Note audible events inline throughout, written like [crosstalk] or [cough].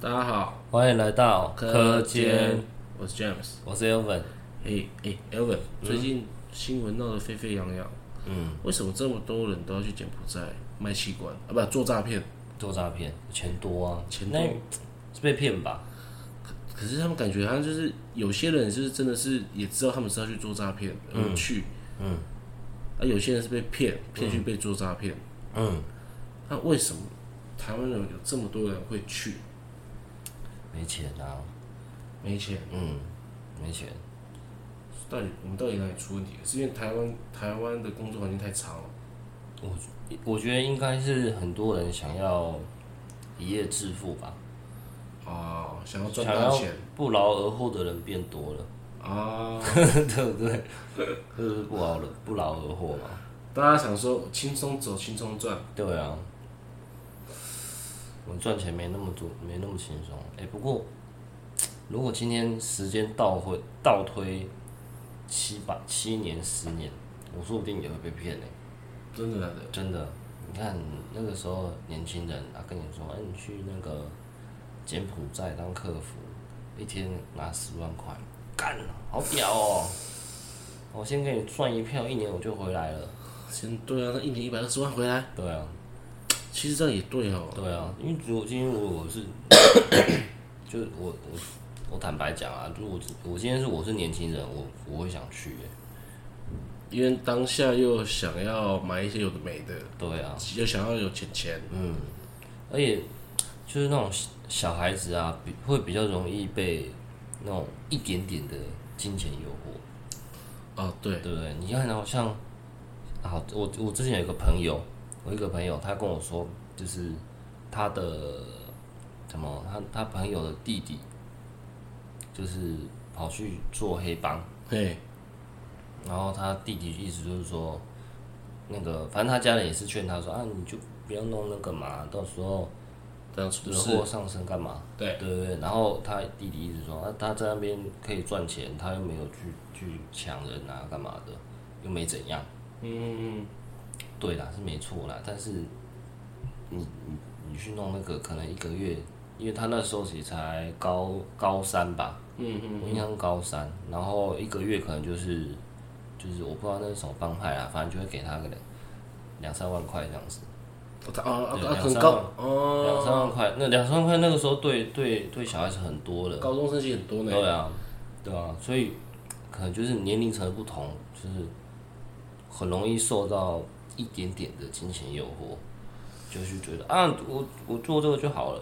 大家好，欢迎来到柯间，，我是 James。我是 Elvin。哎哎，Elvin，最近新闻闹得沸沸扬扬，嗯，为什么这么多人都要去柬埔寨卖器官啊？不，做诈骗？做诈骗，钱多啊，钱那多是被骗吧？可是他们感觉好像就是有些人就是真的是也知道他们是要去做诈骗而去，嗯，啊，有些人是被骗，骗去被做诈骗，嗯，那为什么台湾人有这么多人会去？没钱啊，没钱，嗯，没钱。到底我们到底哪里出问题了？是因为台湾台湾的工作环境太差了，我觉得应该是很多人想要一夜致富吧，啊、想要赚想大要钱不劳而获的人变多了，啊。 [laughs] 对不对？就是不劳而 [laughs] 不劳而获嘛。大家想说轻松走，轻松赚，对啊，我赚钱没那么多，没那么轻松。哎、不过如果今天时间倒回倒推七百七年十年，我说不定也会被骗呢、真的假的？真的，你看那个时候年轻人啊，跟你说，哎、你去那个柬埔寨当客服，一天拿十万块，干，好屌哦！我先给你赚一票，一年我就回来了。先对啊，那一年一百二十万回来，对啊，其实这样也对哦。对啊，因为如果今天我是， [coughs] 就是我我我坦白讲啊，如果我今天是我是年轻人，我我会想去、欸，因为当下又想要买一些有的没的，对啊，又想要有钱钱，而且就是那种小小孩子啊，比会比较容易被那种一点点的金钱诱惑，哦，对，对不对？你看好像啊，我我之前有一个朋友，我一个朋友他跟我说，就是他的什么，他他朋友的弟弟，就是跑去做黑帮。嘿，然后他弟弟意思就是说，那个反正他家人也是劝他说啊，你就不要弄那个嘛，到时候这样出惹事，祸上身干嘛？对，对对对。然后他弟弟一直说啊，他在那边可以赚钱，他又没有去去抢人啊，干嘛的，又没怎样。嗯，对啦，是没错啦，但是你你你去弄那个，可能一个月，因为他那时候也才高高三吧，嗯嗯，我印象是高三，然后一个月可能就是就是我不知道那是什么帮派啦，反正就会给他个两两三万块这样子，哦他啊对啊，两很三高两、哦，三万块，那两三万块那个时候对对对小孩子很多了，高中生其实很多呢，对啊，对啊，所以可能就是年龄层的不同，就是很容易受到一点点的金钱诱惑，就是觉得啊，我我做这个就好了。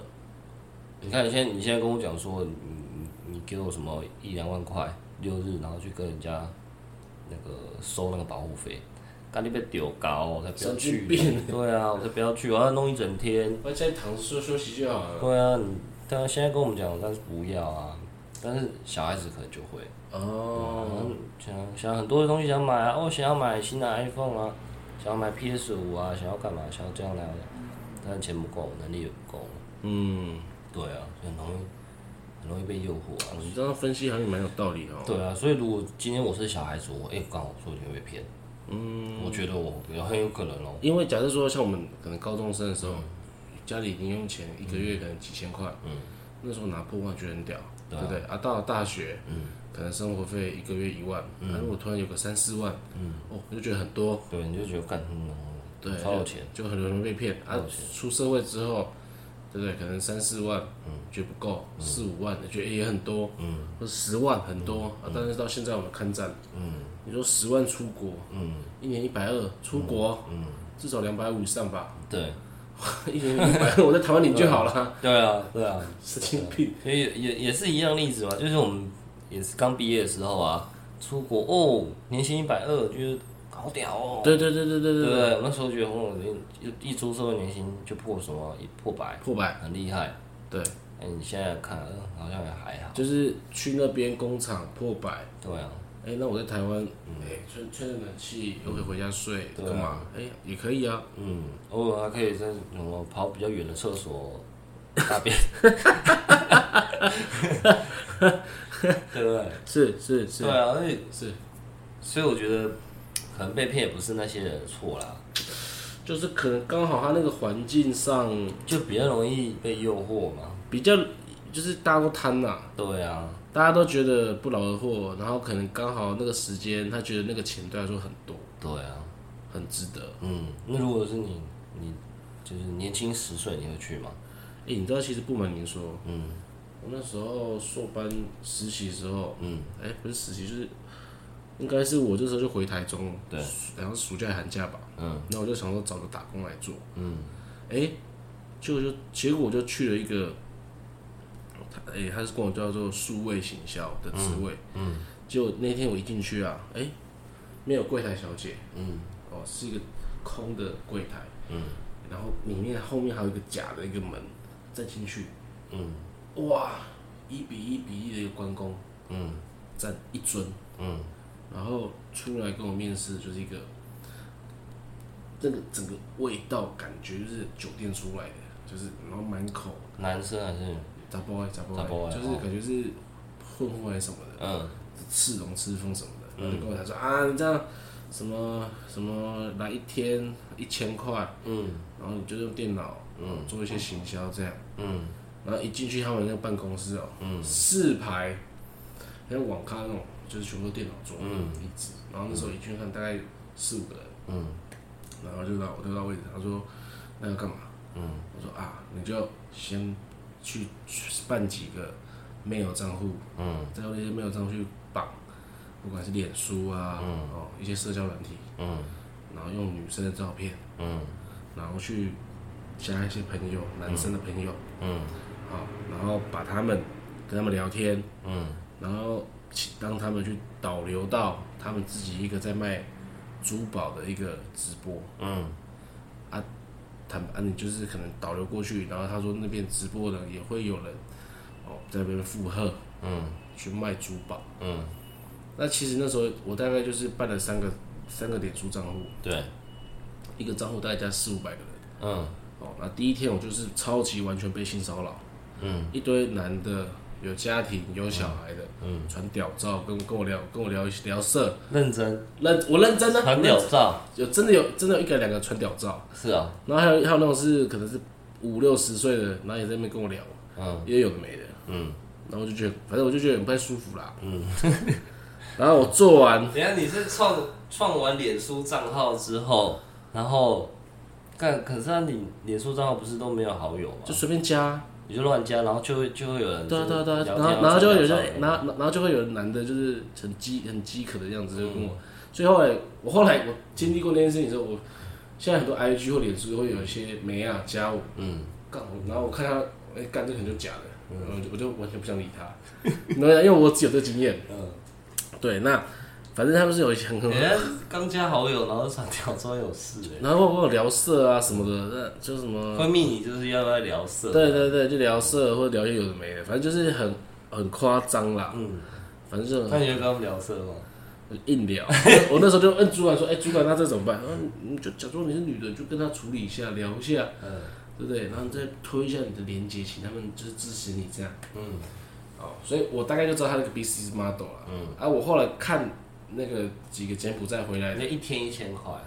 你看，你现在你现在跟我讲说，你你你给我什么一两万块六日，然后去跟人家那个收那个保护费，干你被丢高，我才不要神经去。哦病对啊，我才不要去，我要弄一整天。那现在躺着休休息就好了。对啊，你但现在跟我们讲，但是不要啊。但是小孩子可能就会，哦，嗯，想想很多的东西想买啊，哦，想要买新的 iPhone 啊，想要买 PS 五啊，想要干嘛，想要这样那样的，但是钱不够，能力也不够，嗯，对啊，很容易很容易被诱惑啊。你这样分析好像蛮有道理哦。对啊，所以如果今天我是小孩子，我哎，刚、好说你会被骗，嗯，我觉得我有很有可能哦、因为假设说像我们可能高中生的时候，家里零用钱一个月可能几千块，嗯，那时候拿破万觉得很屌，对对不对？啊，到了大学，嗯，可能生活费一个月一万，嗯，如果突然有个三四万，嗯，哦，我就觉得很多，对，你就觉得干，嗯，对，超有钱，就很容易被骗啊。出社会之后，对不对？可能三四万，嗯，觉得不够，四五万觉得也很多，嗯，或者十万很多啊。但是到现在我们看战，嗯，你说十万出国，嗯，一年一百二出国，嗯，至少两百五以上吧。对， [laughs] 一年一百，我在台湾领就好 [laughs] 了。对啊，对啊，神经病，所以也也是一样例子嘛，就是我们也是刚毕业的时候啊，出国哦，年薪一百二，就是好屌哦。对对对对对对不对，对？我那时候觉得哦，一一出社会年薪就破什么一破百，破百，很厉害。对，哎，你现在看，嗯，好像也还好。就是去那边工厂破百。对啊，哎，那我在台湾，哎，吹吹着冷气，又可以回家睡，对啊干嘛？哎，也可以啊。嗯，偶尔还可以在什么跑比较远的厕所大便， [laughs] 对不对？是是是对啊，而且是，所以我觉得可能被骗也不是那些人的错啦，就是可能刚好他那个环境上就比较容易被诱惑嘛。比较就是大家都贪呐、对啊，大家都觉得不劳而获，然后可能刚好那个时间，他觉得那个钱对他来说很多，对啊，很值得。嗯，那如果是你，你就是年轻十岁，你会去吗？哎、你知道，其实不瞒您说，嗯，我那时候硕班实习的时候，嗯，哎、不是实习，就是应该是我这时候就回台中，对，然后暑假寒假吧，嗯，那我就想说找个打工来做，嗯，哎、结果就结果我就去了一个，他哎、他是跟我叫做数位行销的职位嗯，结果那天我一进去啊，哎、没有柜台小姐，嗯，哦，是一个空的柜台，嗯，然后里面后面还有一个假的一个门。再进去，嗯，哇，一比一比一的一个关公，嗯，站一尊，嗯，然后出来跟我面试就是一个，那个整个味道感觉就是酒店出来的，就是然后满口男生还是杂包杂杂包包，的就是哦感觉是混混还是什么的，嗯赤龙赤凤什么的，然后就跟我他说啊，你这样什么什么来一天一千块，嗯然后你就用电脑，嗯，做一些行销这样，嗯，然后一进去他们那个办公室哦，嗯，四排，像网咖那种，就是全部都电脑桌，嗯，椅子，然后那时候一进去看大概四五个人，嗯，然后就到我就到位置，他说那要干嘛？嗯，我说啊，你就先去办几个 mail 账户，嗯，再用那些 mail 账户去绑，不管是脸书啊，哦，一些社交软体，嗯然后用女生的照片。嗯然后去加一些朋友，男生的朋友，嗯啊，然后把他们跟他们聊天，嗯然后请让他们去导流到他们自己一个在卖珠宝的一个直播，嗯他们啊，你就是可能导流过去，然后他说那边直播的也会有人哦在那边附和嗯去卖珠宝。嗯，那其实那时候我大概就是办了三个三个脸书账户，对，一个账户大概加四五百个人。嗯哦，那第一天我就是超级完全被性骚扰，嗯，一堆男的有家庭有小孩的，嗯，传屌照跟跟我聊跟我聊聊色，认真认我认真的，传屌照有真的有真的有一个两个传屌照，是啊，然后还有还有那种是可能是五六十岁的，然后也在那边跟我聊，嗯也有的没的，嗯，然后我就觉得反正我就觉得很不太舒服啦，嗯， [laughs] 然后我做完，等一下你是创创完脸书账号之后，然后干，可是啊你脸书账号不是都没有好友吗就？随便加，你就乱加，然后就会就会有人对啊对啊对啊就是聊，然天后然后就会有聊些，天然后然后就会有男的，就是很饥很饥渴的样子，就跟嗯我。所以后来我后来我经历过那件事情之后，我现在很多 IG 或脸书会有一些梅啊加我，嗯干我，然后我看他，哎干这可能就假的，我就我就完全不想理他， [laughs] 然后因为我只有这经验，嗯，对，那反正他们是有一些很很人。家哎刚加好友，然后传屌照有事哎、然后我有聊色啊什么的，那就什么会密你就是要不要聊色？嗯对对对，就聊色或者聊一些有的没的，反正就是很很夸张啦。嗯，反正就很那你会跟他们聊色吗？硬聊。我那时候 [laughs] 就问主管说：“哎、主管，那这怎么办？”然后你就假装你是女的，就跟她处理一下，聊一下，嗯对不对？然后你再推一下你的连接，请他们就是支持你这样。嗯哦，所以我大概就知道他那个 business model 了。嗯，啊，我后来看那个几个柬埔寨回来那的，一天一千块，啊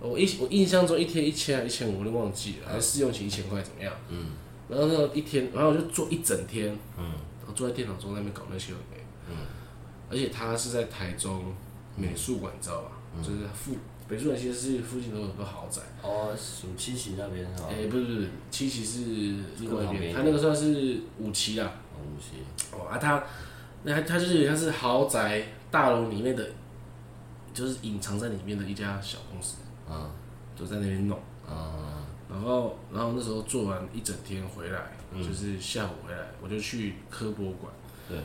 我印我印象中一天一千还一千五，我都忘记了，还试用期一千块怎么样？嗯。然后那个一天，然后我就坐一整天，嗯我坐在电脑桌那边搞那些有的没的。而且他是在台中嗯美术馆，你知道吧？就是附美术馆其实是附近都有个豪宅。哦，暑七喜那边是吧？哎、不是不是，七期是另外一更旁边边，他那个算是五期啦。哦五七，哦啊他，那他他就是有点像是豪宅大楼里面的，就是隐藏在里面的一家小公司，嗯就在那边弄。嗯然后，然后那时候做完一整天回来，就是下午回来，我就去科博馆。嗯对，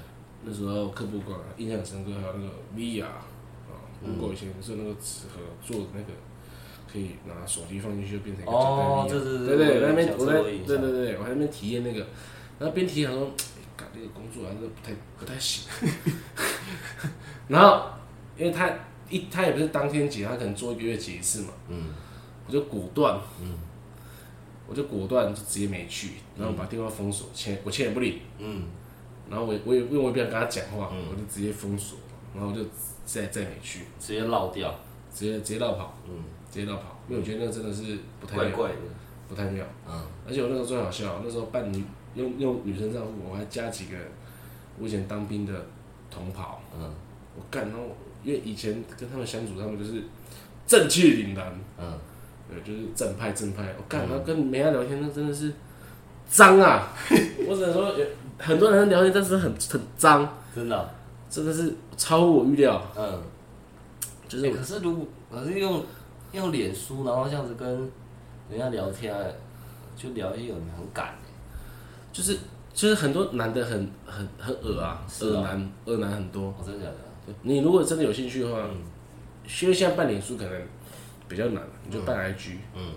那时候科博馆印象深刻，还有那个 VR 啊，Google 以前不是那个纸盒做的那个，可以拿手机放进去就变成一个简单哦 VR 对对对对，我对对在那边小时我候在有印象对对对，我在那边体验那个，然后边体验想说，哎干这个工作还是不太不太行。 [laughs] 然后，因为他一他也不是当天结，他可能做一个月结一次嘛。嗯我就果断，我就果断就直接没去，然后把电话封锁，钱我钱也不领，嗯然后我也我也因为我也不想跟他讲话，嗯我就直接封锁，然后我就再再没去，直接绕掉，直接直接绕跑，嗯，直接绕跑，因为我觉得那个真的是不太怪妙，怪的，不太妙，嗯而且我那时候最好笑，那时候办用用女生账户，我还加几个我以前当兵的同袍，嗯我干，然后我因为以前跟他们相处，他们就是正气凛然，嗯，对，就是正派正派。我干，然后跟梅亚聊天，那真的是脏啊！ [laughs] 我只能说，有很多人聊天，但是很很脏，真的啊、真的是超乎我预料。嗯。就是欸可是如果可是用用脸书，然后这样子跟人家聊天，啊就聊一有你很赶欸就是就是很多男的很很很恶啊，是恶啊男恶男很多。哦，真的假的？对你如果真的有兴趣的话，因为现在办脸书可能比较难，你就办 IG，嗯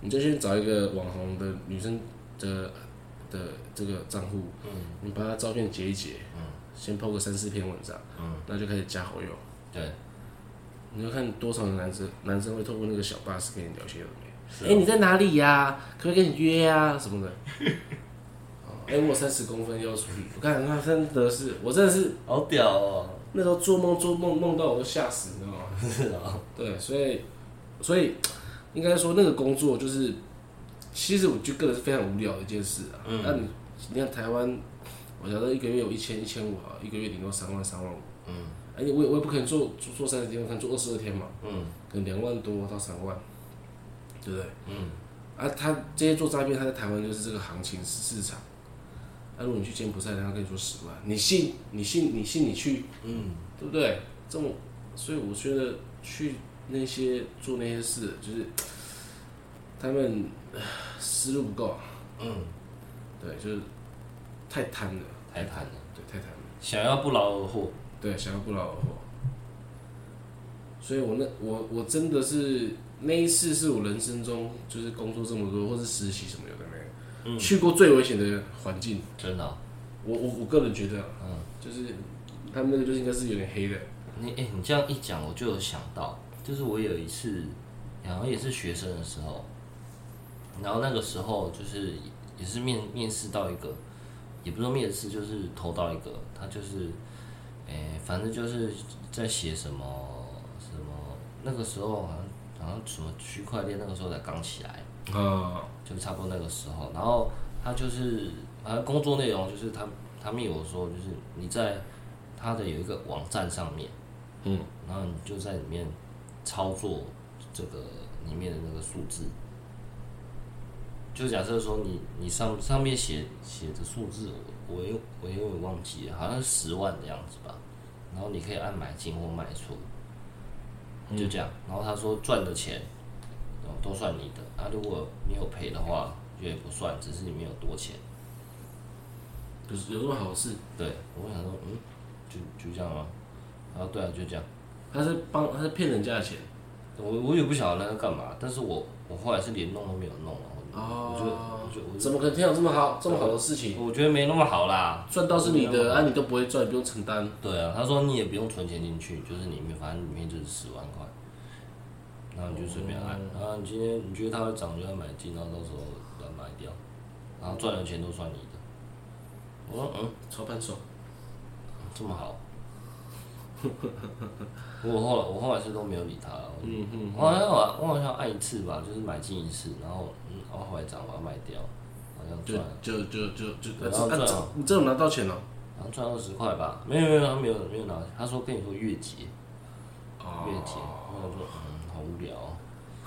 你就先找一个网红的女生的的这个账户，嗯你把她照片截一截，先 PO 个三四篇文章，嗯，那就开始加好友，对，你就看多少的男生男生会透过那个小巴士跟你聊些有的没。是哎、啊你在哪里呀、可不可以跟你约呀、什么的？ [laughs] 哦哎、我三十公分要出去，我看那真的是，我真的是好屌哦，那时候做梦做梦梦到我都吓死，你知道吗？ [laughs] 是啊，对，所以所以应该说那个工作就是，其实我就个人是非常无聊的一件事啊。嗯那你你看台湾，我觉得一个月有一千一千五啊，一个月顶多三万三万五。嗯而且我也我也不可能做做做三十天，我可能做二十二天嘛，嗯可能两万多到三万，对不对？嗯，啊，他这些做诈骗，他在台湾就是这个行情市市场。啊，如果你去柬埔寨，他跟你说十万，你信？你信？你信？你去？嗯，对不对？这种，所以我觉得去那些做那些事，就是他们唉思路不够，嗯，对，就是太贪了，太贪了，对，太贪了，哦想要不劳而获，对，想要不劳而获。所以我那我我真的是那一次是我人生中就是工作这么多，或是实习什么有的没有，嗯去过最危险的环境。真的啊、我我我个人觉得啊，嗯就是他们那个就是应该是有点黑的，你哎、欸你这样一讲，我就有想到，就是我有一次，好像也是学生的时候，然后那个时候就是也是面面试到一个，也不是说面试，就是投到一个，他就是，哎、反正就是在写什么什么，那个时候好像好像什么区块链，那个时候才刚起来，啊，就差不多那个时候。然后他就是，反正工作内容就是他他密我说，就是你在他的有一个网站上面，嗯，然后你就在里面操作这个里面的那个数字。就假设说你你上上面写写的数字，我我又我有点忘记了，好像十万的样子吧。然后你可以按买进或卖出，就这样。然后他说赚的钱，哦都算你的。啊，如果你有赔的话，就也不算，只是你没有多钱。有有什么好事？对，我想说，嗯，就就这样吗？然后对啊，就这样。他是帮他是骗人家的钱我我也不晓得那个干嘛，但是我我后来是连弄都没有弄啊了。我我觉得我觉得我哦怎么可能天有这么好这么好的事情？我觉得没那么好啦。赚到是你的，啊，你都不会赚，你不用承担。对啊，他说你也不用存钱进去，就是里面反正里面就是十万块，然后你就随便按，然后你今天你觉得它会涨就要买进，然后到时候把它卖掉，然后赚的钱都算你的。我说嗯，超半爽，这么好。 [laughs] 我后来我后来是都没有理他了，嗯嗯，我好像我好像按一次吧，就是买进一次，然后嗯，然后后来涨把它卖掉，好像就赚了，就就就就，对啊然后这啊赚这你这种拿到钱了？然后赚二十块吧，没有没有他没有没有拿，他说跟你说月结，哦月结，然后我说嗯好无聊哦、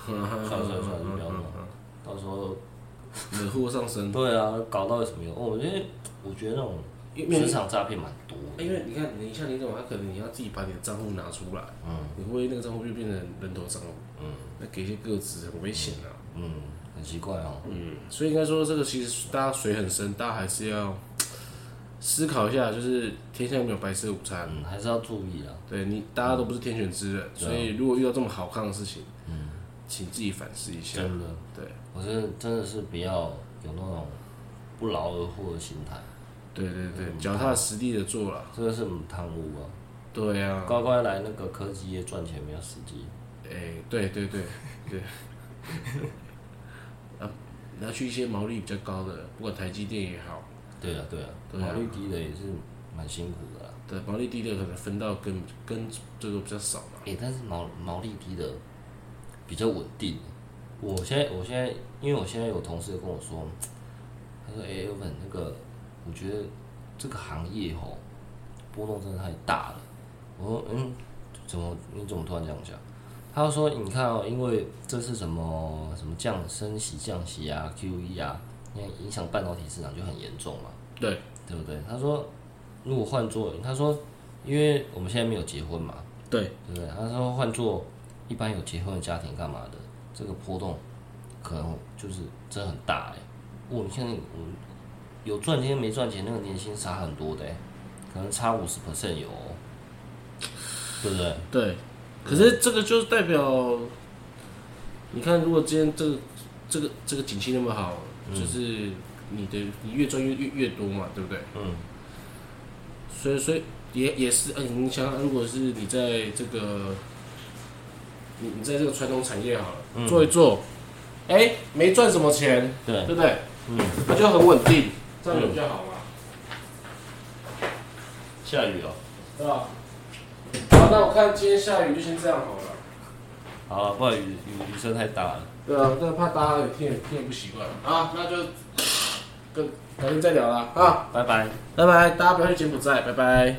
算算了算了算了，就不要嗯弄了。到时候，惹祸上身。对啊，搞到有什么用？哦我觉得，我觉得那种因为啊职场诈骗蛮多的。因为你看，你像你这种，他可能你要自己把你的账户拿出来，嗯你会那个账户就变成人头账户，嗯那给一些个子很危险啊。嗯，很奇怪哦。嗯，所以应该说这个其实大家水很深，大家还是要思考一下，就是天下没有白吃的午餐。嗯，还是要注意啊。对你，大家都不是天选之人，对啊所以如果遇到这么好看的事情，请自己反思一下。真的，对我真的真的是不要有那种不劳而获的心态，对对对，脚踏实地的做了。真的是很贪污啊。对呀、啊，乖乖来那个科技业赚钱，不要实际。哎、对对对对。 [laughs] 啊，你要去一些毛利比较高的，不管台积电也好，对啊，对啊，对啊毛利低的也是蛮辛苦的啊啦。对毛利低的可能分到跟跟这个比较少嘛。哎、但是毛毛利低的比较稳定。我现在我现在，因为我现在有同事跟我说，他他说：“哎、欸、，Evan，那个我觉得这个行业吼波动真的太大了。”我说：“嗯，怎么你怎么突然这样讲？”他就说：“你看哦，因为这是什么什么降升息、降息啊，QE 啊，因为影响半导体市场就很严重嘛，对，对不对？”他说：“如果换做他说，因为我们现在没有结婚嘛，对，对不对？他说换做一般有结婚的家庭干嘛的，这个波动可能就是真的很大哎、欸。哇，你看我们有赚钱没赚钱，那个年薪差很多的、欸，可能差五十 percent 有、哦，对不对？对。可是这个就是代表，你看，如果今天这个这个这个景气那么好，嗯就是你的你越赚越越越多嘛，对不对？嗯，所以所以也也是，哎、你想想，如果是你在这个，你你在这个传统产业好了，嗯做一做，哎、没赚什么钱，对对，不对？嗯，那就很稳定，这样有比较好嘛，下雨哦。对吧？好，那我看今天下雨就先这样好了，好了，不然雨雨雨声太大了。对啊，但怕大家听也听也不习惯啊，那就跟改天再聊啦啊，拜拜。拜拜，大家不要去柬埔寨，拜拜。